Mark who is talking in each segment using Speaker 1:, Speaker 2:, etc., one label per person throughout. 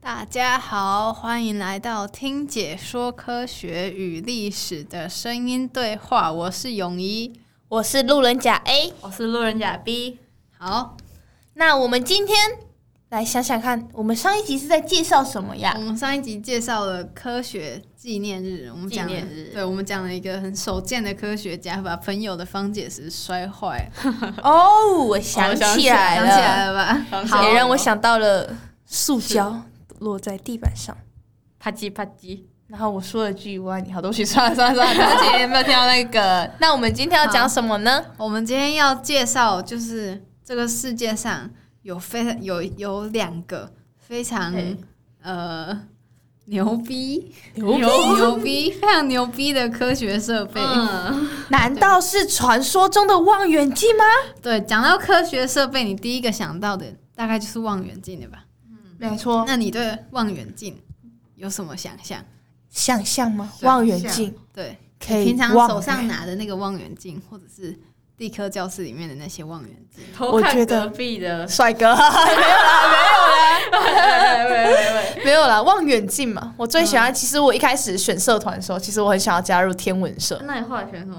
Speaker 1: 大家好，欢迎来到听解说科学与历史的声音对话，我是泳衣。
Speaker 2: 我是路人甲 A。
Speaker 3: 我是路人甲 B，
Speaker 1: 好，
Speaker 2: 那我们今天来想想看，我们上一集是在介绍什么
Speaker 3: 啊
Speaker 2: 呀
Speaker 1: 我？们上一集介绍了科学纪念日，我们讲了
Speaker 3: 纪念日
Speaker 1: 对我们讲了一个很手贱的科学家把朋友的方解石摔坏，
Speaker 2: 哦，我想起来
Speaker 1: 想起来
Speaker 2: 了，
Speaker 1: 了吧？
Speaker 3: 嗯哦想起
Speaker 1: 好
Speaker 3: 来
Speaker 2: 也
Speaker 3: 了
Speaker 2: 让我想到了塑胶落在地板上。
Speaker 3: 啪叽啪叽，
Speaker 2: 然后我说了句“哇，你好东西！”算了算了算了，对不起，你有没有听到那 个？那我们今天要讲什么呢？
Speaker 1: 我们今天要介绍就是这个世界上有非常有有两个非常
Speaker 3: 嘿
Speaker 1: 呃牛逼
Speaker 2: 牛
Speaker 1: 牛逼非常牛逼的科学设备。
Speaker 3: 嗯，
Speaker 2: 难道是传说中的望远镜吗？
Speaker 1: 对，讲到科学设备，你第一个想到的大概就是望远镜了吧？
Speaker 2: 没错，
Speaker 1: 那你对望远镜有什么想象？
Speaker 2: 想象吗？
Speaker 3: 象
Speaker 2: 望远镜
Speaker 1: 对，
Speaker 2: 可以
Speaker 1: 你平常
Speaker 2: 望
Speaker 1: 手上拿的那个望远镜，或者是地科教室里面的那些望远镜，
Speaker 3: 偷
Speaker 2: 我觉
Speaker 3: 看
Speaker 2: 得，
Speaker 3: 隔壁的
Speaker 2: 帅哥， 没有啦， 没有啦。
Speaker 3: 喂喂喂喂
Speaker 2: 没有啦，望远镜嘛，我最喜欢。其实我一开始选社团的时候，其实我很想要加入天文社。
Speaker 3: 那你后来选什么？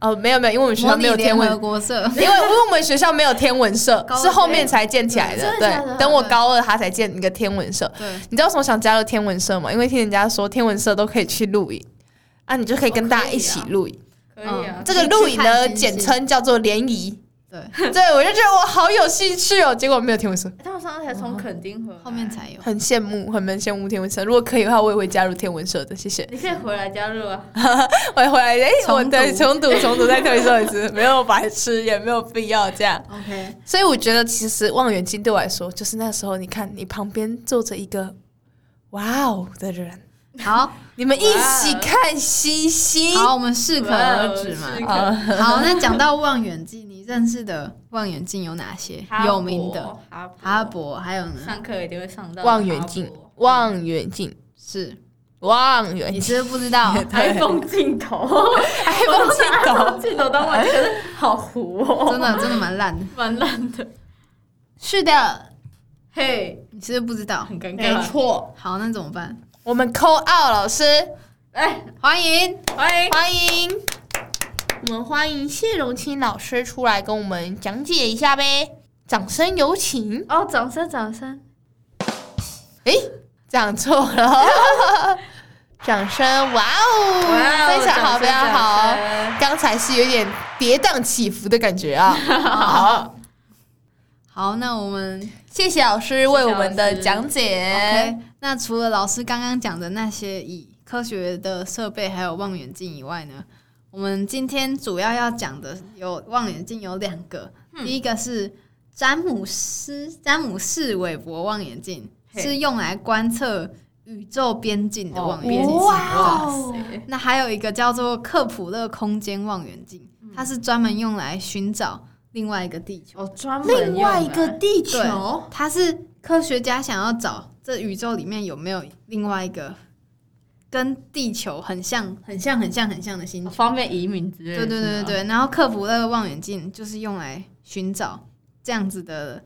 Speaker 2: 哦，没有没有，因为我们学
Speaker 1: 模
Speaker 2: 校
Speaker 1: 拟
Speaker 2: 没有天
Speaker 1: 联
Speaker 2: 文
Speaker 1: 合，国社。
Speaker 2: 因为因为我们学校没有天文 社
Speaker 1: 高，二
Speaker 2: 是后面才建起来的
Speaker 3: 真。的假的
Speaker 2: 对，等我高二他才建一个天文社。
Speaker 1: 对，
Speaker 2: 你知道为什么想加入天文社吗？因为听人家说天文社都可以去露营。啊，你就可以跟大家一起露营。
Speaker 3: 可以啊
Speaker 1: 嗯，
Speaker 2: 这个露营呢，简称叫做联谊。
Speaker 1: 对，
Speaker 2: 对，我就觉得我好有兴趣哦。结果没有天文社，
Speaker 3: 他们上次才从垦丁
Speaker 2: 哦
Speaker 3: 回来，
Speaker 1: 后面才有。
Speaker 2: 很羡慕，很蛮羡慕天文社。如果可以的话，我也会加入天文社的。谢谢。
Speaker 3: 你可以回来加入啊，
Speaker 2: 我回来，哎、
Speaker 1: 重
Speaker 2: 我对
Speaker 1: 读
Speaker 2: 重读重读再推说一次，没有白痴，也没有必要这样。
Speaker 1: OK，
Speaker 2: 所以我觉得，其实望远镜对我来说，就是那时候，你看你旁边坐着一个哇哦的人，
Speaker 1: 好，
Speaker 2: 你们一起看星星。
Speaker 1: 好，我们适可而止嘛
Speaker 3: 哇。适可
Speaker 2: 啊
Speaker 1: 好，那讲到望远镜，你认识的望远镜有哪些
Speaker 3: 哈勃
Speaker 1: 有名的？
Speaker 3: 哈勃
Speaker 1: 哈，勃，还有呢？
Speaker 3: 上课一定会上到的
Speaker 2: 望远镜
Speaker 3: 哈勃，
Speaker 2: 望远镜，
Speaker 1: 是，
Speaker 2: 望远
Speaker 1: 你
Speaker 2: 镜
Speaker 1: 是不是不知 道？
Speaker 3: ，iPhone 镜头
Speaker 2: ，iPhone 镜头，
Speaker 3: 镜头当望远镜，可是好糊哦，
Speaker 1: 真的真的蛮烂的。
Speaker 3: 蛮烂的，
Speaker 1: 是的，
Speaker 3: 嘿，
Speaker 1: 你是不是不知道？
Speaker 3: 很尴
Speaker 2: 没
Speaker 3: 尬，
Speaker 2: 错。
Speaker 1: 好，那怎么办？
Speaker 2: 我们扣二老师
Speaker 3: 哎，
Speaker 1: 欢迎，
Speaker 3: 欢迎，
Speaker 2: 欢迎，我们欢迎谢荣清老师出来跟我们讲解一下呗，掌声有请。
Speaker 3: 哦，掌声掌声，
Speaker 2: 诶，讲错了， 掌声！哇哦，
Speaker 3: 哇哦
Speaker 2: 非常好，
Speaker 3: 掌声
Speaker 2: 非常好
Speaker 3: 掌声。
Speaker 2: 刚才是有点跌宕起伏的感 觉啊。好，
Speaker 1: 好，那我们
Speaker 2: 谢谢老师为我们的
Speaker 3: 谢谢老师
Speaker 2: 讲解。
Speaker 1: OK。那除了老师刚刚讲的那些以科学的设备还有望远镜以外呢，我们今天主要要讲的有望远镜有两个，
Speaker 2: 嗯
Speaker 1: 第一个是詹姆斯詹姆士韦伯望远镜，
Speaker 3: 嘿
Speaker 1: 是用来观测宇宙边境的望远
Speaker 3: 边
Speaker 1: 镜。
Speaker 3: 境
Speaker 2: 哇哦
Speaker 3: 哇塞
Speaker 1: 那还有一个叫做克普勒空间望远镜，它是专门用来寻找另外一个地球。
Speaker 3: 哦，专门
Speaker 2: 另外一个
Speaker 3: 用来
Speaker 2: 地
Speaker 1: 对
Speaker 2: 球，
Speaker 1: 它是科学家想要找这宇宙里面有没有另外一个跟地球很像、很像、很像、很像的星球。
Speaker 3: 方便移民之类
Speaker 1: 对
Speaker 3: 的。
Speaker 1: 对对对对，然后克服那个望远镜就是用来寻找这样子的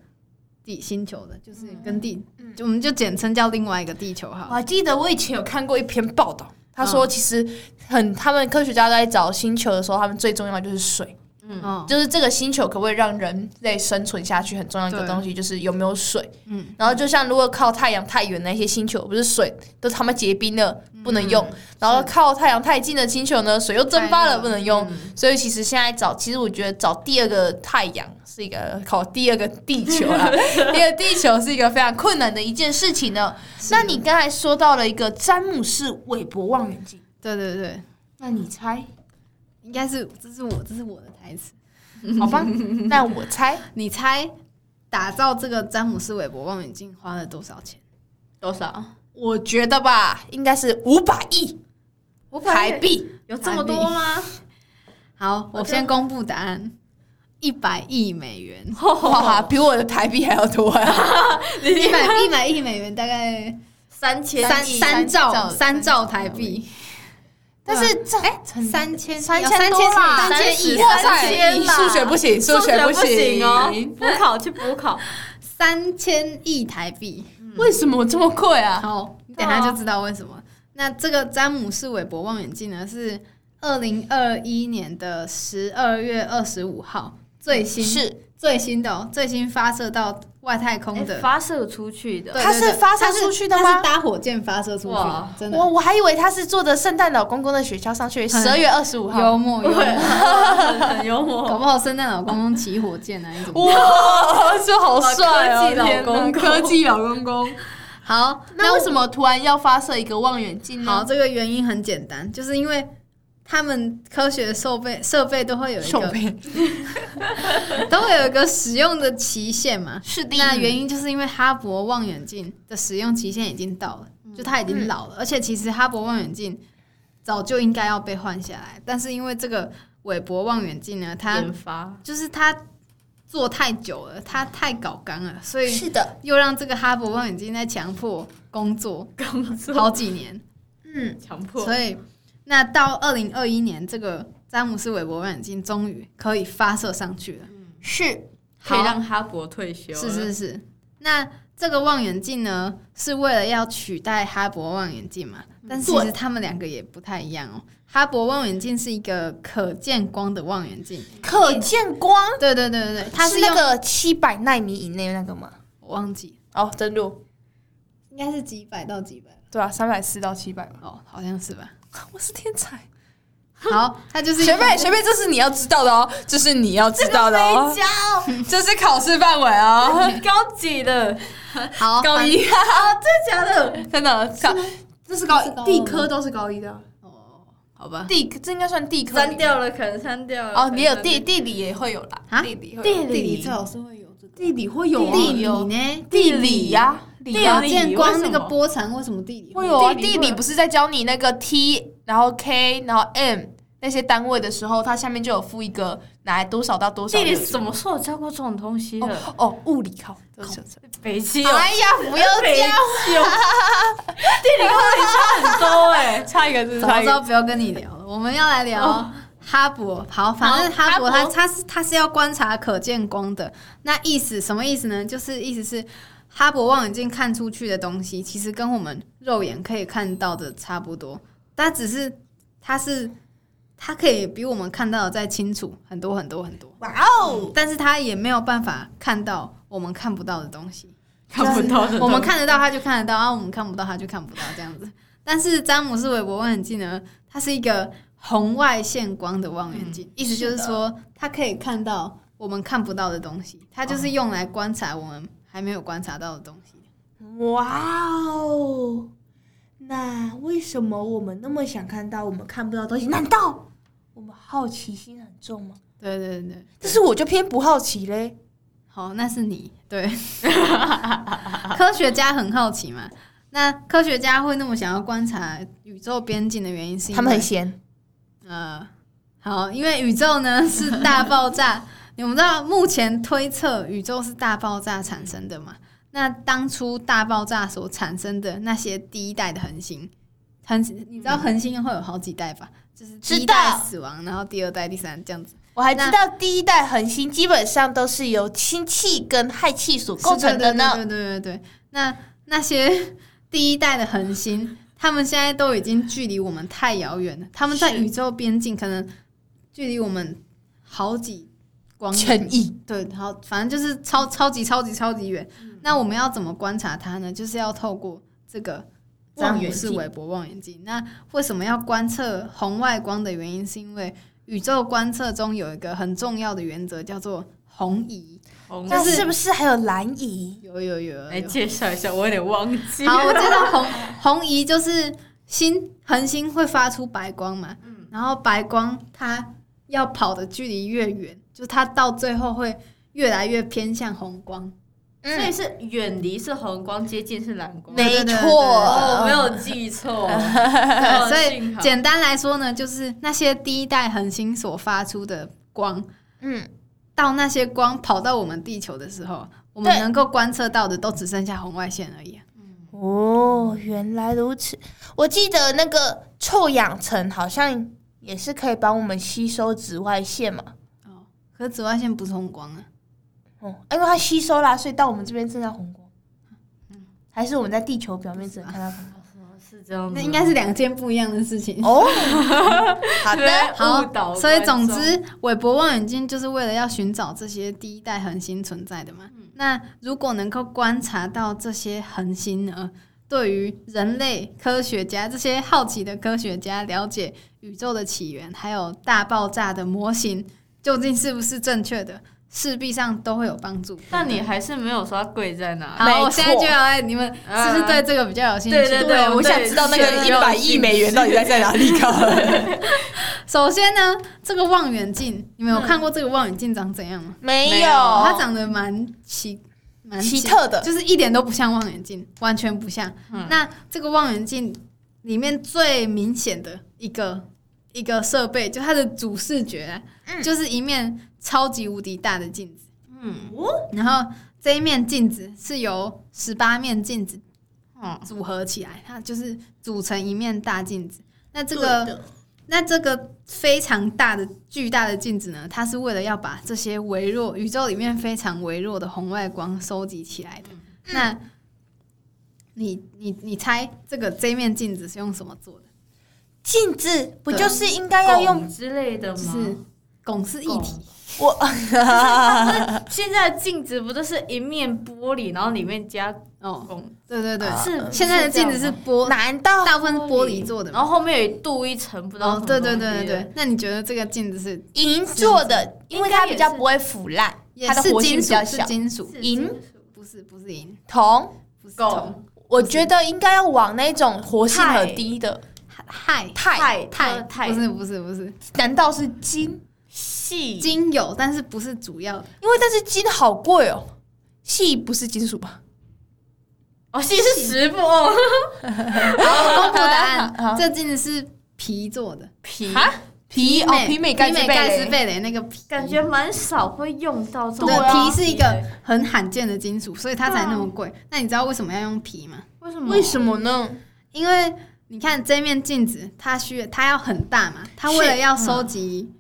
Speaker 1: 地星球的，就是跟地，就我们就简称叫另外一个地球
Speaker 2: 我
Speaker 1: 好了。
Speaker 2: 还记得我以前有看过一篇报道，他说
Speaker 3: 嗯
Speaker 2: 其实很，他们科学家在找星球的时候，他们最重要的就是水。
Speaker 1: 哦，
Speaker 2: 就是这个星球可不可以让人类生存下去，很重要一个
Speaker 1: 对
Speaker 2: 东西就是有没有水。
Speaker 1: 嗯
Speaker 2: 嗯，然后就像如果靠太阳太远那些星球，不是水都他妈结冰了，不能用；然后靠太阳太近的星球呢，水又蒸发
Speaker 1: 太
Speaker 2: 了，
Speaker 1: 热
Speaker 2: 不能用。所以其实现在找，其实我觉得找第二个太阳是一个靠第二个地
Speaker 3: 嗯
Speaker 2: 球 啦，第二个地球是一个非常困难的一件事情呢。那你刚才说到了一个詹姆士韦伯望远镜，
Speaker 1: 对对对，
Speaker 2: 那你猜？
Speaker 1: 应该是这是我这是我的台词。
Speaker 2: 好吧，那我猜
Speaker 1: 你猜打造这个詹姆斯韦伯望远镜花了多少钱？
Speaker 3: 多少？
Speaker 2: 我觉得吧，应该是五百亿
Speaker 3: 我
Speaker 2: 台币。
Speaker 3: 有这么多吗？
Speaker 1: 好，我
Speaker 3: 我就
Speaker 1: 先公布答案，一百亿美元，
Speaker 2: 哇，比我的台币还要多啊！
Speaker 1: 一百一百亿美元大概
Speaker 3: 三千
Speaker 1: 三
Speaker 2: 亿
Speaker 1: 三兆三
Speaker 2: 三
Speaker 1: 兆
Speaker 2: 兆
Speaker 1: 台币，
Speaker 2: 但是这哎，
Speaker 1: 三千
Speaker 2: 三
Speaker 1: 有
Speaker 2: 千
Speaker 1: 三
Speaker 2: 多
Speaker 1: 千
Speaker 2: 啦
Speaker 1: 三千亿，
Speaker 2: 哇
Speaker 3: 三
Speaker 2: 塞，
Speaker 3: 千
Speaker 2: 你
Speaker 3: 啦
Speaker 2: 数学不行，哦学
Speaker 3: 数学不哦
Speaker 2: 行
Speaker 3: 行哦，补考去补考，
Speaker 1: 三千亿台币。
Speaker 2: 为什么这么贵啊？
Speaker 1: 好，你等一下就知道为什么。那这个詹姆士韦伯望远镜呢，是二零二一年的十二月二十五号最新
Speaker 2: 是
Speaker 1: 最新的、哦、最新发射到外太空的。
Speaker 3: 哎发射出去的
Speaker 1: 对
Speaker 2: 它是发射出去的吗
Speaker 1: 它是搭火箭发射出去的
Speaker 3: 哇，
Speaker 1: 真的
Speaker 2: 我我还以为他是坐着圣诞老公公的雪橇上去，十二月二十五号。
Speaker 1: 幽默幽默，
Speaker 3: 很幽
Speaker 1: 搞
Speaker 3: 默。
Speaker 1: 不好圣诞老公公骑火箭呢、啊，你怎么知道？
Speaker 2: 哇， 这好帅哦！
Speaker 3: 科技老
Speaker 2: 天哪
Speaker 3: 公公
Speaker 2: 科技老公公。
Speaker 1: 好，
Speaker 2: 那为什么突然要发射一个望远镜
Speaker 1: 好，
Speaker 2: 呢？
Speaker 1: 这个原因很简单，就是因为他们科学设备设备都会有一
Speaker 2: 手
Speaker 1: 个
Speaker 2: 背
Speaker 1: 都会有一个使用的期限嘛。
Speaker 2: 是的，
Speaker 1: 那原因就是因为哈勃望远镜的使用期限已经到了，
Speaker 3: 嗯
Speaker 1: 就它已经老了，而且其实哈勃望远镜早就应该要被换下来，但是因为这个韦伯望远镜呢，它
Speaker 3: 研发
Speaker 1: 就是它做太久了，它太搞纲了，所以
Speaker 2: 是的，
Speaker 1: 又让这个哈勃望远镜在强迫工作
Speaker 3: 工作
Speaker 1: 好几 年。
Speaker 2: 嗯，
Speaker 3: 强迫，
Speaker 1: 所以，那到二零二一年，这个詹姆斯韦伯望远镜终于可以发射上去了。
Speaker 2: 是
Speaker 3: 可以让哈勃退休了。
Speaker 1: 是是是。那这个望远镜呢，是为了要取代哈勃望远镜嘛？但是其实它们两个也不太一样哦。哈勃望远镜是一个可见光的望远镜，
Speaker 2: 可见光，
Speaker 1: 对对对对对，它
Speaker 2: 是
Speaker 1: 用
Speaker 2: 那个七百纳米以内那个吗？
Speaker 1: 我忘记，
Speaker 2: 哦，登录
Speaker 1: 应该是几百到几百
Speaker 2: 对啊，三百四到七百。
Speaker 1: 哦，好像是吧？
Speaker 2: 我是天才，
Speaker 1: 好，它就是一
Speaker 2: 学
Speaker 1: 个
Speaker 2: 妹学妹，这是你要知道的哦，这是你要知道的哦，这是考试范围哦。
Speaker 3: 高级的，
Speaker 1: 好
Speaker 2: 高一，哦
Speaker 3: 真假的？
Speaker 2: 真的考，这是高
Speaker 1: 这是高
Speaker 2: 地科都是高一的啊，
Speaker 1: 哦，好吧。
Speaker 2: 地这应该算地科里
Speaker 3: 删
Speaker 2: 面。
Speaker 3: 掉了，可能删掉了。
Speaker 2: 哦，也有
Speaker 3: 可能删
Speaker 2: 地
Speaker 3: 掉
Speaker 2: 地理也会有啦，
Speaker 1: 啊
Speaker 2: 地理会有
Speaker 1: 地
Speaker 3: 地
Speaker 1: 理
Speaker 3: 理
Speaker 1: 最好是会有这个
Speaker 3: 地理会有啊
Speaker 1: 地理
Speaker 2: 有
Speaker 1: 呢？
Speaker 2: 地理呀，理
Speaker 1: 可
Speaker 2: 啊
Speaker 3: 地理
Speaker 1: 见光
Speaker 3: 为什
Speaker 1: 那
Speaker 3: 么
Speaker 1: 个波长为什么地理
Speaker 2: 会有啊。
Speaker 3: 地理会
Speaker 2: 地理不是在教你那个 T，然后 K，然后 M 那些单位的时候，它下面就有附一个拿来多少到多少
Speaker 3: 地
Speaker 2: 的。
Speaker 3: 理什么时候有教过这种东西了？
Speaker 2: 哦哦，物理靠，对不起
Speaker 3: 北哦极有，
Speaker 2: 哎呀，不要这样，
Speaker 3: 有，地理物理 差很多
Speaker 1: 欸
Speaker 3: 哎。
Speaker 2: 差一个字
Speaker 1: 早知道不要跟你聊了，我们要来聊
Speaker 3: 哦
Speaker 1: 哈勃。好，反正哈
Speaker 3: 好
Speaker 1: 勃
Speaker 3: 哈
Speaker 1: 它
Speaker 3: 勃
Speaker 1: 它是它是要观察可见光的。那意思什么意思呢？就是意思是哈勃望远镜看出去的东西，其实跟我们肉眼可以看到的差不多，但只是它是它可以比我们看到的再清楚很多很多很多，
Speaker 2: 哇哦，
Speaker 1: 但是它也没有办法看到我们看不到的东西。
Speaker 3: 看不 到的，
Speaker 1: 我们看得到他就看得到，啊，我们看不到他就看不到这样子。但是詹姆斯韦伯望远镜呢，它是一个红外线光的望远镜，
Speaker 2: 嗯
Speaker 1: 意思就是说它可以看到我们看不到的东西，它就是用来观察我们还没有观察到的东西。
Speaker 4: 哇哦！那为什么我们那么想看到我们看不到的东西？难道我们好奇心很重吗？
Speaker 1: 对对对，
Speaker 2: 但是我就偏不好奇嘞。
Speaker 1: 好，那是你 对。科学家很好奇嘛，那科学家会那么想要观察宇宙边境的原因是因为
Speaker 2: 他们很闲，
Speaker 1: 呃，好，因为宇宙呢是大爆炸， 你们知道目前推测宇宙是大爆炸产生的嘛？那当初大爆炸所产生的那些第一代的恒星，恒你知道恒星会有好几代吧？就是第一代
Speaker 2: 知道
Speaker 1: 死亡，然后第二代、第三这样子，
Speaker 2: 我还知道第一代恒星基本上都是由氢气跟氦气所构成的呢。
Speaker 1: 对对对对对对。那那些第一代的恒星， 他们现在都已经距离我们太遥远了，他们在
Speaker 2: 是
Speaker 1: 宇宙边境可能距离我们好几光年
Speaker 2: 权益
Speaker 1: 对，好，反正就是超超级超级超级远。那我们要怎么观察它呢？就是要透过这个詹
Speaker 2: 望
Speaker 1: 姆
Speaker 2: 远
Speaker 1: 斯
Speaker 2: 镜
Speaker 1: 韦伯望远镜。那为什么要观测红外光的原因，是因为宇宙观测中有一个很重要的原则，叫做红移。
Speaker 3: 红
Speaker 2: 那
Speaker 1: 就是
Speaker 2: 是不是还有蓝移？
Speaker 1: 有有有有
Speaker 2: 哎
Speaker 3: 来
Speaker 1: 有。
Speaker 3: 介绍一下，我有点忘记。
Speaker 1: 好，我知道红红移就是星恒星会发出白光嘛，
Speaker 2: 嗯
Speaker 1: 然后白光它要跑的距离越远，就它到最后会越来越偏向红光。
Speaker 3: 所以是远离是红光，接近是蓝光。
Speaker 1: 嗯对
Speaker 2: 没
Speaker 1: 对对
Speaker 2: 错
Speaker 3: 哦，我没有记错，
Speaker 1: 对，
Speaker 3: 对
Speaker 1: 所以简单来说呢，就是那些第一代恒星所发出的光，
Speaker 2: 嗯，
Speaker 1: 到那些光跑到我们地球的时候，我们
Speaker 2: 对
Speaker 1: 能够观测到的都只剩下红外线而已啊、
Speaker 2: 哦，原来如此。我记得那个臭氧层好像也是可以帮我们吸收紫外线嘛。
Speaker 1: 哦，可是紫外线不是红光啊，
Speaker 4: 哦、
Speaker 2: 哎
Speaker 4: 因为它吸收啦，所以到我们这边正在红光，还是我们在地球表面只能看到红光。
Speaker 3: 是这样子吗，
Speaker 1: 那应该是两件不一样的事情。
Speaker 2: 哦，好的，
Speaker 3: 好，
Speaker 1: 好，所以总之，韦伯望远镜就是为了要寻找这些第一代恒星存在的嘛。
Speaker 2: 嗯
Speaker 1: 那如果能够观察到这些恒星呢，对于人类科学家这些好奇的科学家了解宇宙的起源，还有大爆炸的模型究竟是不是正确的，势必上都会有帮助。
Speaker 3: 但你还是没有说它贵在哪。
Speaker 2: 没
Speaker 1: 好，我现在
Speaker 2: 错
Speaker 1: 就要来，你们是不是对这个比较有兴趣？
Speaker 3: 对对对
Speaker 2: 我想知道那个一百亿美元到底在在哪里搞。
Speaker 1: 首先呢，这个望远镜，你们有看过这个望远镜长怎样吗？哦
Speaker 2: 没
Speaker 3: 没
Speaker 2: 有，
Speaker 3: 有
Speaker 1: 它长得蛮奇蛮
Speaker 2: 哦奇特的
Speaker 1: 就是一点都不像望远镜，完全不像。
Speaker 3: 嗯
Speaker 1: 那这个望远镜里面最明显的一个一个设备，就它的主视觉啊、就是一面超级无敌大的镜子，
Speaker 3: 嗯
Speaker 1: 然后这一面镜子是由十八面镜子
Speaker 3: 嗯，
Speaker 1: 组合起来，它就是组成一面大镜子。那这
Speaker 4: 对
Speaker 1: 个
Speaker 4: 的
Speaker 1: 那这个非常大的、巨大的镜子呢，它是为了要把这些微弱宇宙里面非常微弱的红外光收集起来的。那你你你猜这个这面镜子是用什么做的？
Speaker 4: 镜子不
Speaker 1: 对
Speaker 4: 就是应该要用
Speaker 3: 汞之类的
Speaker 1: 就
Speaker 3: 吗？
Speaker 1: 嗯是汞是一体，
Speaker 4: 我？
Speaker 3: 现在的镜子不都是一面玻璃，然后里面加
Speaker 1: 哦，
Speaker 3: 汞？
Speaker 1: 对对对，
Speaker 3: 是
Speaker 1: 现在的镜子是玻，
Speaker 4: 难道
Speaker 1: 大部分是玻璃做的
Speaker 3: 然
Speaker 1: 嘛。
Speaker 3: 后后面有一镀一层，不知道
Speaker 1: 哦
Speaker 3: 什，么
Speaker 1: 对对对
Speaker 3: 东
Speaker 1: 对
Speaker 3: 西的
Speaker 1: 对，那你觉得这个镜子是
Speaker 4: 银做的？因为它比较
Speaker 3: 应该也是
Speaker 4: 不会腐烂，
Speaker 1: 也
Speaker 4: 它的
Speaker 1: 是
Speaker 4: 活性
Speaker 1: 金
Speaker 4: 比
Speaker 1: 属
Speaker 4: 较？
Speaker 1: 是
Speaker 4: 小。
Speaker 1: 金属？
Speaker 3: 是
Speaker 4: 银
Speaker 3: 金属
Speaker 1: 不是不是银，
Speaker 4: 铜，
Speaker 1: 不是
Speaker 3: 汞
Speaker 1: 铜，
Speaker 4: 我觉得应该要往那种活性
Speaker 3: 钛
Speaker 4: 很低的。
Speaker 1: 钛
Speaker 4: 钛
Speaker 1: 钛
Speaker 3: 钛
Speaker 1: 不是不是不是
Speaker 4: 难道是金？
Speaker 3: 细
Speaker 1: 金有，但是不是主 要的。
Speaker 4: 因为但是金好贵哦，细不是金属吧？
Speaker 3: 哦，细是实木哦，
Speaker 1: 好，公布答
Speaker 4: 好
Speaker 1: 案，这镜子是皮做的，
Speaker 3: 皮
Speaker 4: 啊皮哦，
Speaker 1: 皮
Speaker 4: 皮美盖
Speaker 1: 美
Speaker 4: 茨
Speaker 1: 盖斯
Speaker 4: 贝
Speaker 1: 贝
Speaker 4: 雷，
Speaker 1: 雷那个皮，
Speaker 3: 感觉蛮少会用到这种
Speaker 1: 对
Speaker 4: 啊
Speaker 1: 皮是一个很罕见的金属，所以它才那么贵。那你知道为什么要用皮吗？
Speaker 3: 为什么？
Speaker 4: 么呢？
Speaker 1: 因为你看这面镜子，它需它要很大嘛，它为了要收集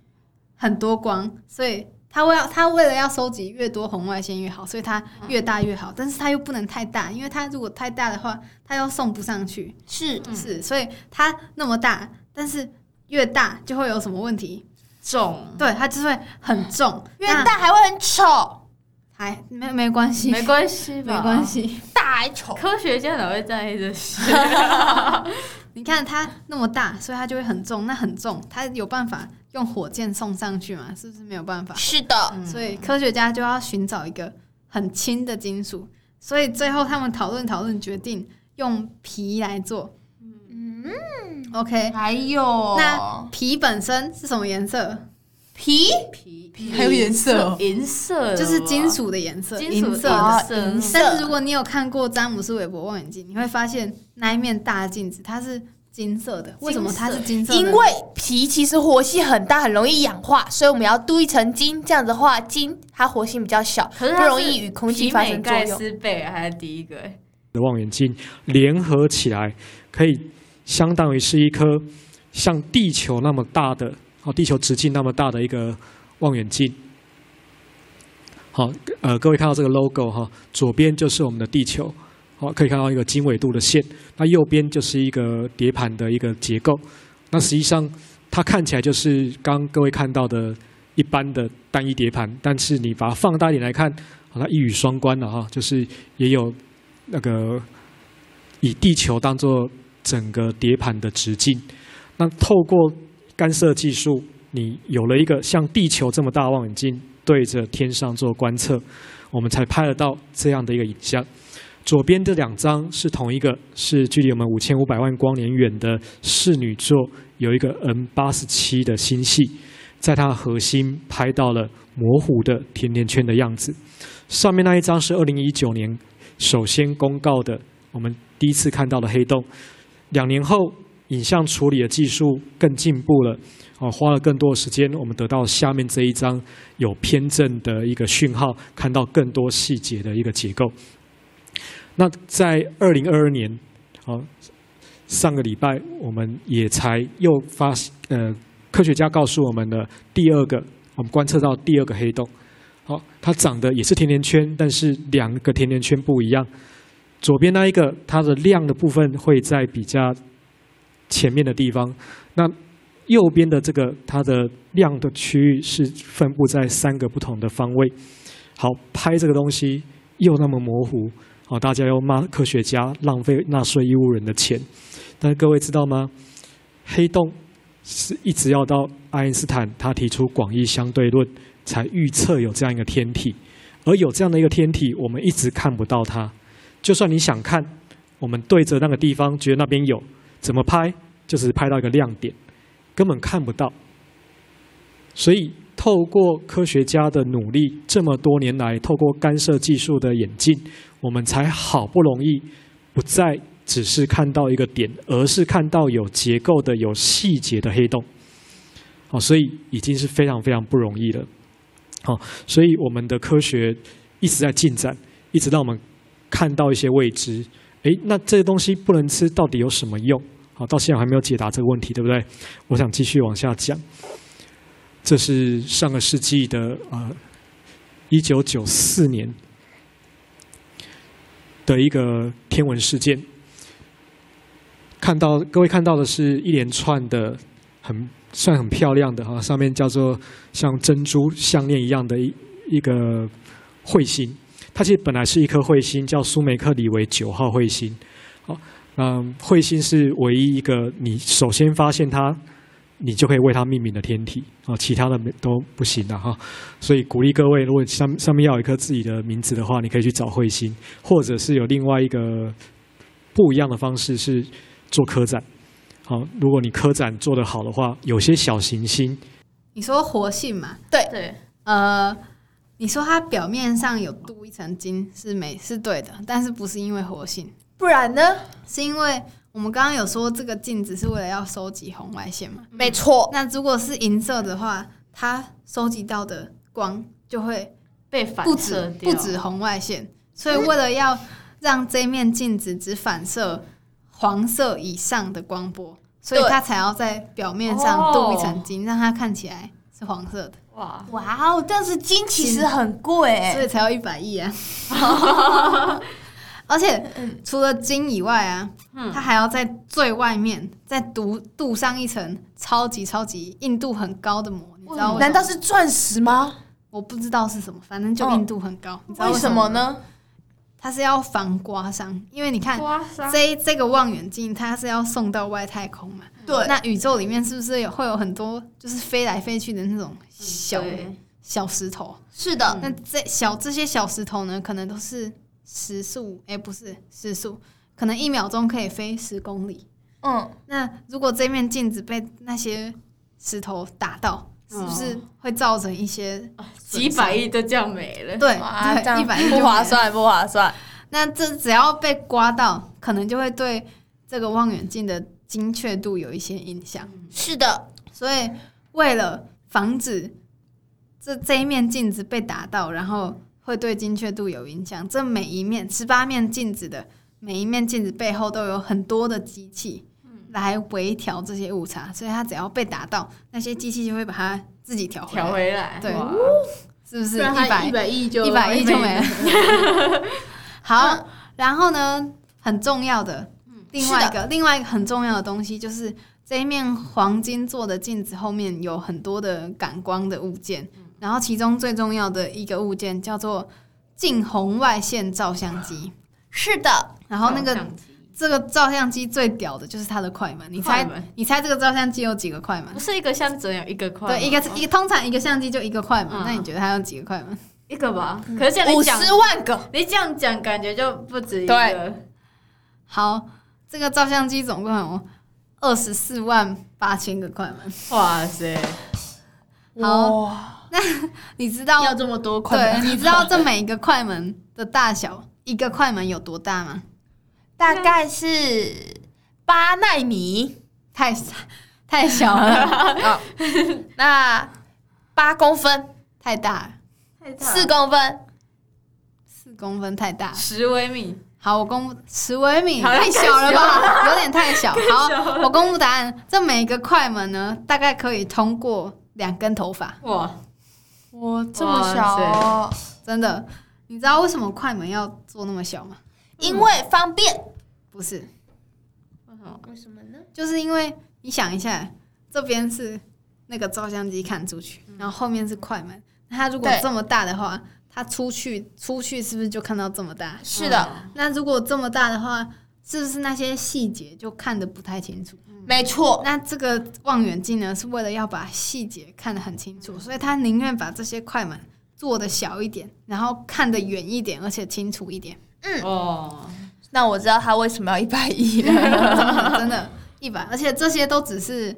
Speaker 1: 很多光，所以它为它为了要收集越多红外线越好，所以它越大越好。但是它又不能太大，因为它如果太大的话，它又送不上去。
Speaker 4: 是
Speaker 3: 嗯
Speaker 1: 是，所以它那么大，但是越大就会有什么问题？
Speaker 3: 重？
Speaker 1: 对，它就会很重，
Speaker 3: 嗯
Speaker 4: 越
Speaker 1: 那
Speaker 4: 大还会很丑，
Speaker 1: 还没没关系，
Speaker 3: 没关系 吧，
Speaker 1: 没关。系。
Speaker 4: 大还丑。
Speaker 3: 科学家哪会在意这些？
Speaker 1: 你看它那么大，所以它就会很重，那很重，它有办法用火箭送上去吗？是不是没有办法？
Speaker 4: 是的，
Speaker 1: 所以科学家就要寻找一个很轻的金属，所以最后他们讨论讨论，决定用皮来做。
Speaker 4: 嗯，
Speaker 1: OK，
Speaker 4: 还有
Speaker 1: 那皮本身是什么颜色？嗯
Speaker 4: 皮
Speaker 3: 皮
Speaker 4: 皮还有颜色哦
Speaker 3: 银色的吧
Speaker 1: 就是金，属的颜色，
Speaker 3: 金
Speaker 1: 银
Speaker 3: 属
Speaker 1: 色
Speaker 4: 的
Speaker 1: 的
Speaker 4: 哦。
Speaker 3: 色
Speaker 4: 银色
Speaker 1: 但是如果你有看过詹姆斯韦伯望远镜，你会发现那一面大镜子它是金色的，为什么它是金色的呢？
Speaker 4: 因为皮其实活性很大，很容易氧化，所以我们要镀一层金。这样子的话，金它活性比较小，
Speaker 3: 可是
Speaker 4: 不容易与空气发生作
Speaker 3: 盖
Speaker 4: 用。
Speaker 3: 斯贝尔还是第一个欸，
Speaker 5: 的望远镜联合起来，可以相当于是一颗像地球那么大的哦，地球直径那么大的一个望远镜。好，呃，各位看到这个 logo 哈、左边就是我们的地球，好、可以看到一个经纬度的线，那右边就是一个碟盘的一个结构。那实际上它看起来就是刚刚各位看到的一般的单一碟盘，但是你把它放大一点来看，好，它一语双关了哈、就是也有那个以地球当做整个碟盘的直径。那透过干涉技术，你有了一个像地球这么大的望远镜对着天上做观测，我们才拍得到这样的一个影像。左边这两张是同一个，是距离我们五千五百万光年远的室女座有一个 N 八十七的星系，在它的核心拍到了模糊的甜甜圈的样子。上面那一张是二零一九年首先公告的，我们第一次看到的黑洞。两年后，影像处理的技术更进步了，哦，花了更多的时间，我们得到下面这一张有偏振的一个讯号，看到更多细节的一个结构。那在二零二二年，哦，上个礼拜我们也才又发呃，科学家告诉我们的第二个，我们观测到第二个黑洞。哦，它长得也是甜甜圈，但是两个甜甜圈不一样。左边那一个，它的亮的部分会在比较前面的地方，那右边的这个它的亮的区域是分布在三个不同的方位。好，拍这个东西又那么模糊，好，大家又骂科学家浪费纳税义务人的钱，但各位知道吗？黑洞是一直要到爱因斯坦他提出广义相对论，才预测有这样一个天体，而有这样的一个天体，我们一直看不到它。就算你想看，我们对着那个地方，觉得那边有，怎么拍，就是拍到一个亮点，根本看不到。所以，透过科学家的努力，这么多年来，透过干涉技术的演进，我们才好不容易不再只是看到一个点，而是看到有结构的、有细节的黑洞。好，所以已经是非常非常不容易了。好，所以我们的科学一直在进展，一直到我们看到一些未知。诶，那这个东西不能吃，到底有什么用？好，到现在还没有解答这个问题，对不对？我想继续往下讲。这是上个世纪的呃，一九九四年的一个天文事件。看到各位看到的是一连串的很算很漂亮的哈，上面叫做像珍珠项链一样的一一个彗星。它其实本来是一颗彗星，叫苏梅克里维九号彗星。好，嗯，彗星是唯一一个你首先发现它你就可以为它命名的天体啊，其他的没都不行了哈。所以鼓励各位，如果上上面要有一颗自己的名字的话，你可以去找彗星，或者是有另外一个不一样的方式是做科展。好，如果你科展做得好的话，有些小行星
Speaker 1: 你说活性嘛？
Speaker 3: 对，
Speaker 1: 呃，你说它表面上有镀一层金是没是对的，但是不是因为活性，
Speaker 2: 不然呢？
Speaker 1: 是因为我们刚刚有说这个镜子是为了要收集红外线嘛？
Speaker 2: 没错，
Speaker 1: 那如果是银色的话，它收集到的光就会
Speaker 3: 被反
Speaker 1: 不
Speaker 3: 射
Speaker 1: 止
Speaker 3: 掉
Speaker 1: 不止红外线，所以为了要让这面镜子只反射黄色以上的光波，所以
Speaker 2: 对
Speaker 1: 它才要在表面
Speaker 3: 哦
Speaker 1: 上镀一层金，让它看起来是黄色的，
Speaker 3: 哇，
Speaker 4: 哇哦，但是金其实很贵
Speaker 1: 所
Speaker 2: 哎
Speaker 4: 欸，
Speaker 1: 以才要一百亿啊！而且除了金以外啊，它还要在最外面再镀镀上一层超级超级硬度很高的膜，你知道为什么吗？
Speaker 4: 难道是钻石吗？
Speaker 1: 我不知道是什么，反正就硬度很高。你知道
Speaker 2: 为
Speaker 1: 什
Speaker 2: 什
Speaker 1: 么
Speaker 2: 么
Speaker 1: 吗？
Speaker 2: 呢？
Speaker 1: 它是要防刮伤，因为你看
Speaker 3: 刮痧
Speaker 1: 这这个望远镜，它是要送到外太空嘛。
Speaker 2: 对
Speaker 1: 那宇宙里面是不是有会有很多就是飞来飞去的那种小、
Speaker 3: 对
Speaker 1: 小石头？
Speaker 2: 嗯是的，
Speaker 1: 那这小这些小石头呢，可能都是时速，哎、不是时速，可能一秒钟可以飞十公里。
Speaker 2: 嗯，
Speaker 1: 那如果这面镜子被那些石头打到，是不
Speaker 2: 哦
Speaker 1: 是会造成一些、
Speaker 3: 几百亿就这样没了。
Speaker 1: 对
Speaker 2: 哇，这
Speaker 1: 对
Speaker 2: 样
Speaker 1: 一百亿就
Speaker 2: 不
Speaker 1: 没
Speaker 2: 划
Speaker 1: 了
Speaker 2: 算，不划算。
Speaker 1: 那这只要被刮到，可能就会对这个望远镜的精确度有一些影响。
Speaker 2: 是的，
Speaker 1: 所以为了防止这这一面镜子被打到，然后会对精确度有影响，这每一面十八面镜子的每一面镜子背后都有很多的机器来微调这些误差，所以它只要被打到，那些机器就会把它自己调回
Speaker 3: 调
Speaker 1: 来，
Speaker 3: 回来，
Speaker 1: 对
Speaker 3: 哇
Speaker 1: 是不
Speaker 3: 不
Speaker 1: 是？
Speaker 3: 然它
Speaker 1: 一百
Speaker 3: 一百亿就
Speaker 1: 一百亿就没
Speaker 3: 没
Speaker 1: 了。 嗯好，然后呢，很重要嗯的另外一个另外一个很重要的东西就是这一面黄金做的镜子后面有很多的感光的物件，然后其中最重要的一个物件叫做近红外线照相机。
Speaker 2: 是的，
Speaker 1: 然后那个
Speaker 3: 相机
Speaker 1: 这个照相机最屌的就是它的快门，你猜
Speaker 3: 快门
Speaker 1: 你猜这个照相机有几个快门
Speaker 3: 不？是一个箱子有一个块吗，哦
Speaker 1: 对，一个一个通常一个相机就一个快门，
Speaker 3: 嗯
Speaker 1: 那你觉得它有几个快门？
Speaker 3: 一个吧。可是这样
Speaker 2: 五
Speaker 3: 你
Speaker 2: 十
Speaker 3: 讲，
Speaker 2: 万个，
Speaker 3: 你这样讲感觉就不止一个。
Speaker 1: 好，这个照相机总共有二十四万八千个快门。
Speaker 3: 哇塞，
Speaker 1: 好
Speaker 4: 哇，
Speaker 1: 你知道
Speaker 3: 要这么多块
Speaker 1: 对，
Speaker 3: 吗，
Speaker 1: 你知道这每一个快门的大小，一个快门有多大吗？
Speaker 2: 大概是八纳米，
Speaker 1: 太小 太小了，
Speaker 2: 那八公分，
Speaker 1: 太大了，
Speaker 2: 四公分，
Speaker 1: 四公分太大了。
Speaker 3: 十微米，
Speaker 1: 好，我公布十微米，
Speaker 3: 好像
Speaker 1: 太小了吧，有点太小。
Speaker 3: 小
Speaker 1: 好，我公布答案，这每一个快门呢，大概可以通过两根头发。
Speaker 3: 哇，
Speaker 2: 我这么小哦、
Speaker 1: 真的。你知道为什么快门要做那么小吗？
Speaker 2: 因为方便。
Speaker 1: 不是，
Speaker 3: 为什么？
Speaker 4: 为什么呢？
Speaker 1: 就是因为你想一下，这边是那个照相机看出去，然后后面是快门。那它如果
Speaker 2: 对
Speaker 1: 这么大的话，它出去出去是不是就看到这么大？
Speaker 2: 是的，
Speaker 1: 那如果这么大的话，是不是那些细节就看得不太清楚？
Speaker 4: 嗯
Speaker 2: 没错，
Speaker 1: 那这个望远镜呢，是为了要把细节看得很清楚，所以他宁愿把这些快门做的小一点，然后看得远一点，而且清楚一点。
Speaker 3: 哦，
Speaker 2: 那我知道他为什么要一百一了。
Speaker 1: 真的，一百，而且这些都只是，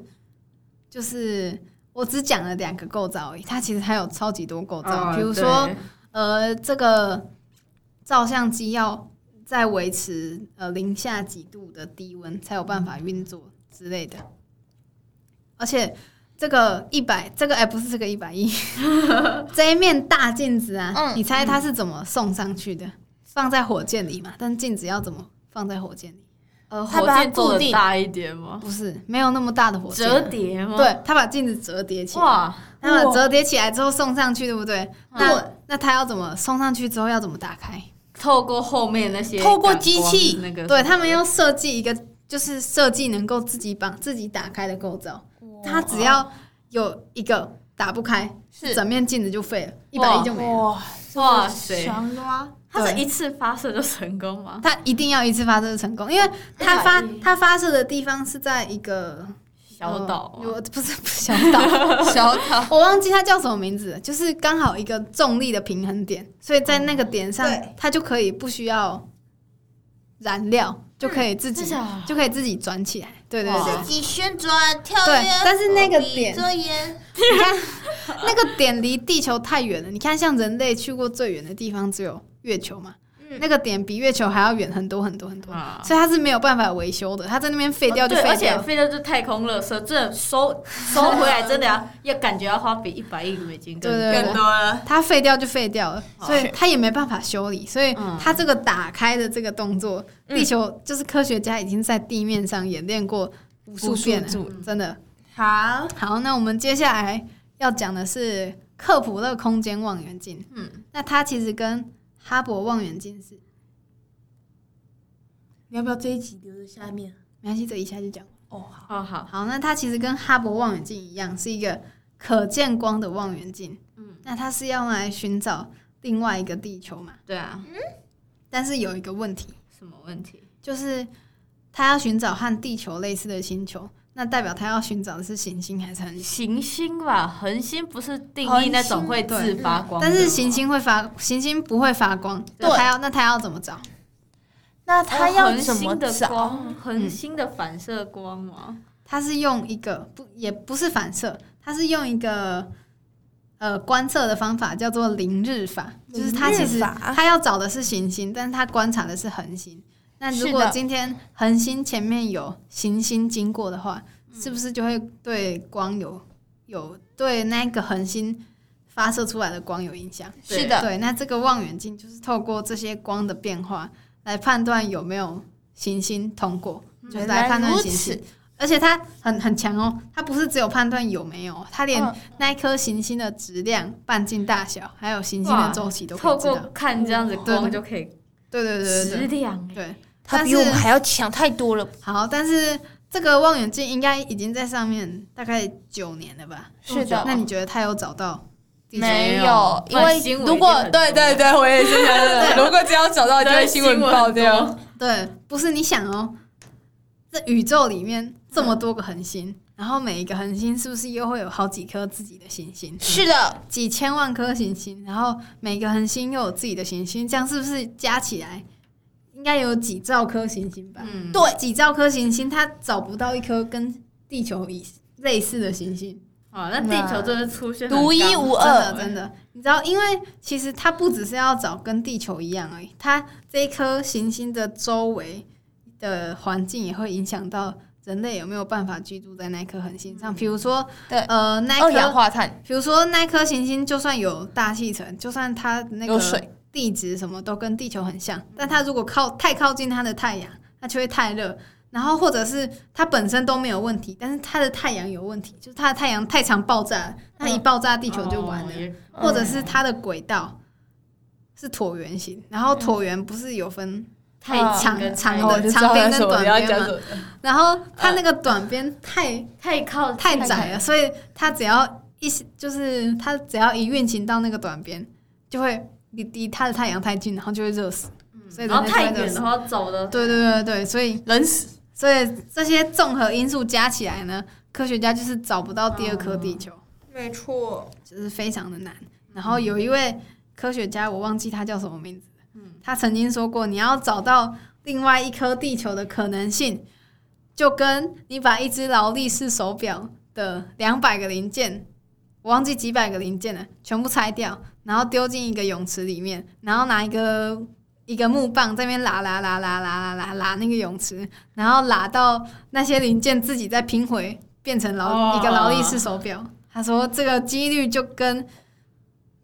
Speaker 1: 就是我只讲了两个构造而已，它其实还有超级多构造，
Speaker 3: 哦
Speaker 1: 比如说
Speaker 3: 对
Speaker 1: 呃，这个照相机要在维持呃零下几度的低温才有办法运作之类的。而且这个一百，这个哎、不是这个一百一，这一面大镜子啊，
Speaker 2: 嗯
Speaker 1: 你猜它是怎么送上去的？放在火箭里嘛，但镜子要怎么放在火箭里？
Speaker 3: 呃，
Speaker 2: 他
Speaker 3: 火
Speaker 2: 把它
Speaker 3: 箭做
Speaker 2: 固
Speaker 3: 的
Speaker 2: 定
Speaker 3: 大一点
Speaker 1: 哦
Speaker 3: 吗？
Speaker 1: 不是，没有那么大的火箭啊、
Speaker 3: 折叠吗？，
Speaker 1: 对，他把镜子折叠起来，
Speaker 3: 哇，
Speaker 1: 那么折叠起来之后送上去，对不对？那那他要怎么送上去之后要怎么打开？
Speaker 3: 透过后面那些感
Speaker 2: 透
Speaker 3: 光，
Speaker 2: 过机器
Speaker 3: 那个，
Speaker 1: 对他们要设计一个，就是设计能够自己绑、自己打开的构造。它只要有一个打不开，
Speaker 2: 是
Speaker 1: 整面镜子就废了，一百
Speaker 3: 哇
Speaker 1: 亿就没了。
Speaker 4: 哇，
Speaker 3: 哇塞，
Speaker 4: 强拉！
Speaker 3: 它是
Speaker 1: 对
Speaker 3: 一次发射就成功吗？
Speaker 1: 它一定要一次发射成功，因为它发
Speaker 3: 100亿
Speaker 1: 它发射的地方是在一个
Speaker 3: 小岛
Speaker 1: 呃
Speaker 3: 啊吗，
Speaker 1: 有 不是不是小岛，
Speaker 2: 小岛，
Speaker 1: 我忘记它叫什么名字了，就是刚好一个重力的平衡点，所以在那个点上
Speaker 4: 哦对，
Speaker 1: 它就可以不需要燃料，就可以自己
Speaker 3: 真假
Speaker 1: 就可以自己转起来。对对
Speaker 3: 哇
Speaker 1: 对，
Speaker 2: 己旋转跳哦
Speaker 1: 对但是那个点
Speaker 2: 左眼
Speaker 1: 你看那个点离地球太远了。你看，像人类去过最远的地方只有月球嘛，
Speaker 2: 嗯
Speaker 1: 那个点比月球还要远很多很多很多，
Speaker 3: 啊哦
Speaker 1: 所以它是没有办法维修的。它在那边废掉就
Speaker 3: 对，而
Speaker 1: 废
Speaker 3: 且
Speaker 1: 掉，
Speaker 3: 飞掉就太空垃圾，真的收收回来真的要要感觉要花比一百亿美金更
Speaker 1: 对对对
Speaker 3: 更多了。
Speaker 1: 它废掉就废掉了，
Speaker 3: 好
Speaker 1: 所以它也没办法修理。所以
Speaker 3: 嗯
Speaker 1: 它这个打开的这个动作，地球就是科学家已经在地面上演练过无数遍了，真的。
Speaker 4: 好，
Speaker 1: 好，那我们接下来要讲的是克普勒空间望远镜。嗯，那它其实跟哈勃望远镜是，
Speaker 4: 你要不要这一集留着下面？
Speaker 1: 没关系，这一下就讲。
Speaker 4: 哦，好，
Speaker 3: 哦好，
Speaker 1: 好，那它其实跟哈勃望远镜一样，是一个可见光的望远镜。
Speaker 3: 嗯，
Speaker 1: 那它是要用来寻找另外一个地球嘛？
Speaker 3: 对啊，
Speaker 1: 但是有一个问题，
Speaker 3: 什么问题？
Speaker 1: 就是它要寻找和地球类似的星球，那代表它要寻找的是行星还是恒星？
Speaker 3: 行星吧，恒星不是定
Speaker 4: 恒
Speaker 3: 义
Speaker 4: 星
Speaker 3: 那种会自发光的
Speaker 1: 但
Speaker 3: 吗，
Speaker 1: 是行星会发，行星不会发光，
Speaker 2: 对
Speaker 1: 那它要那它要怎么找？
Speaker 2: 那
Speaker 3: 哦
Speaker 2: 他要
Speaker 3: 恒
Speaker 2: 怎么
Speaker 3: 星的
Speaker 2: 找？
Speaker 3: 光，恒星的反射光吗？
Speaker 1: 它是用一个不也不是反射，它是用一个呃观测的方法叫做凌日法，就是它其实
Speaker 4: 凌日法
Speaker 1: 它要找的是行星，但是它观察的是恒星。那如
Speaker 2: 是
Speaker 1: 果
Speaker 2: 的
Speaker 1: 今天恒星前面有行星经过的话，是不是就会对光有有对那个恒星发射出来的光有影响？
Speaker 2: 是的，
Speaker 1: 对，那这个望远镜就是透过这些光的变化来判断有没有行星通过，就是来判断
Speaker 2: 嗯原来如
Speaker 1: 行星
Speaker 2: 此。
Speaker 1: 而且它很很强哦，它不是只有判断有没有，它连
Speaker 2: 嗯
Speaker 1: 那一颗行星的质量、半径大小，还有行星的
Speaker 3: 哇
Speaker 1: 周期都可
Speaker 3: 透
Speaker 1: 以知道
Speaker 3: 过。看这样子
Speaker 1: 对
Speaker 3: 光
Speaker 1: 对
Speaker 3: 就可以
Speaker 1: 对对对对
Speaker 3: 质
Speaker 1: 对
Speaker 3: 量欸
Speaker 1: 对。
Speaker 2: 他
Speaker 1: 但
Speaker 2: 比我们
Speaker 1: 是
Speaker 2: 还要强太多了。
Speaker 1: 好，但是这个望远镜应该已经在上面大概九年了吧？
Speaker 2: 是的，
Speaker 1: 那你觉得它有找到地球？
Speaker 2: 没有，因为
Speaker 3: 换新闻
Speaker 2: 如果
Speaker 3: 一定很多
Speaker 2: 对对对，我也是觉得，如果只要找到，就会新闻爆掉。
Speaker 1: 对，不是你想哦，这宇宙里面这么多个恒星，然后每一个恒星是不是又会有好几颗自己的行星？
Speaker 2: 是的，
Speaker 1: 几千万颗行星，然后每个恒星又有自己的行星，这样是不是加起来应该有几兆颗行星吧？
Speaker 3: 嗯，
Speaker 1: 对，几兆颗行星，它找不到一颗跟地球以类似的行星。
Speaker 3: 哦，那地球真的出现很
Speaker 2: 独一
Speaker 3: 刚
Speaker 1: 真
Speaker 2: 无
Speaker 1: 的
Speaker 2: 二。
Speaker 1: 真的，你知道，因为其实它不只是要找跟地球一样而已，它这一颗行星的周围的环境也会影响到人类有没有办法居住在那颗恒星上。比如说，
Speaker 2: 对哦
Speaker 1: 呃，那
Speaker 2: 二氧
Speaker 1: 颗，
Speaker 2: 化碳
Speaker 1: 比如说那颗行星，就算有大气层，就算它那
Speaker 2: 有
Speaker 1: 个
Speaker 2: 水，
Speaker 1: 地质什么都跟地球很像，但它如果靠太靠近它的太阳，它就会太热。然后或者是它本身都没有问题，但是它的太阳有问题，就是它的太阳太常爆炸了，它一爆炸地球就完了，
Speaker 3: 哦
Speaker 1: 或
Speaker 2: 嗯
Speaker 1: 者是它的轨道是椭圆形，然后椭圆不是有分
Speaker 3: 太
Speaker 1: 长
Speaker 3: 跟
Speaker 1: 长
Speaker 3: 太
Speaker 2: 哦我
Speaker 1: 的
Speaker 2: 就知
Speaker 1: 长
Speaker 2: 道
Speaker 1: 边
Speaker 2: 他
Speaker 1: 跟
Speaker 2: 什么
Speaker 1: 短
Speaker 2: 你要
Speaker 1: 边
Speaker 2: 讲
Speaker 1: 嘛
Speaker 2: 什，么。
Speaker 1: 然后它那个短边太
Speaker 3: 嗯太靠
Speaker 1: 太
Speaker 2: 太
Speaker 1: 窄
Speaker 2: 窄
Speaker 1: 了，所以它只要一就是它只要一运行到那个短边，就会离离它的太阳太近，然后就会热死。所以
Speaker 3: 嗯然后
Speaker 1: 人类
Speaker 3: 太
Speaker 1: 就会
Speaker 3: 远的话走的
Speaker 1: 对对对对，所以
Speaker 2: 人死，
Speaker 1: 所以这些综合因素加起来呢，科学家就是找不到第二颗地
Speaker 3: 哦
Speaker 1: 球，
Speaker 4: 没错，
Speaker 1: 就是非常的难。然后有一位科学家，我忘记他叫什么名字，
Speaker 3: 嗯
Speaker 1: 他曾经说过，你要找到另外一颗地球的可能性，就跟你把一只劳力士手表的两百个零件，我忘记几百个零件了，全部拆掉，然后丢进一个泳池里面，然后拿一个一个木棒在那边拉拉拉拉拉拉拉拉那个泳池，然后拉到那些零件自己再拼回，变成劳、
Speaker 3: 哦
Speaker 1: 一个劳力士手表。他说这个几率就跟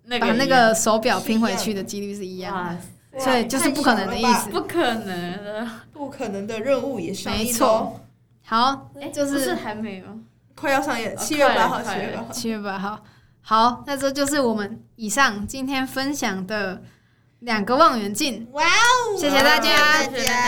Speaker 3: 那
Speaker 1: 把
Speaker 3: 个
Speaker 1: 那
Speaker 3: 一样
Speaker 1: 个手表拼回去的几率是一样的。
Speaker 3: 哇，
Speaker 1: 所以就是不可能的意思
Speaker 3: 不可能的，
Speaker 4: 不可能的任务也上
Speaker 1: 没
Speaker 4: 映
Speaker 1: 错
Speaker 4: 喽，
Speaker 1: 好，
Speaker 3: 哎
Speaker 1: 就是
Speaker 3: 不是还没有
Speaker 4: 快要上映，
Speaker 3: 哦
Speaker 4: 七月
Speaker 3: 快了
Speaker 4: 八号，七
Speaker 3: 快
Speaker 4: 月
Speaker 3: 了
Speaker 4: 八号。
Speaker 1: 七月八号。好，那这就是我们以上今天分享的两个望远镜。
Speaker 4: 哇哦！
Speaker 1: 谢谢大家
Speaker 2: 哦
Speaker 4: 谢谢大家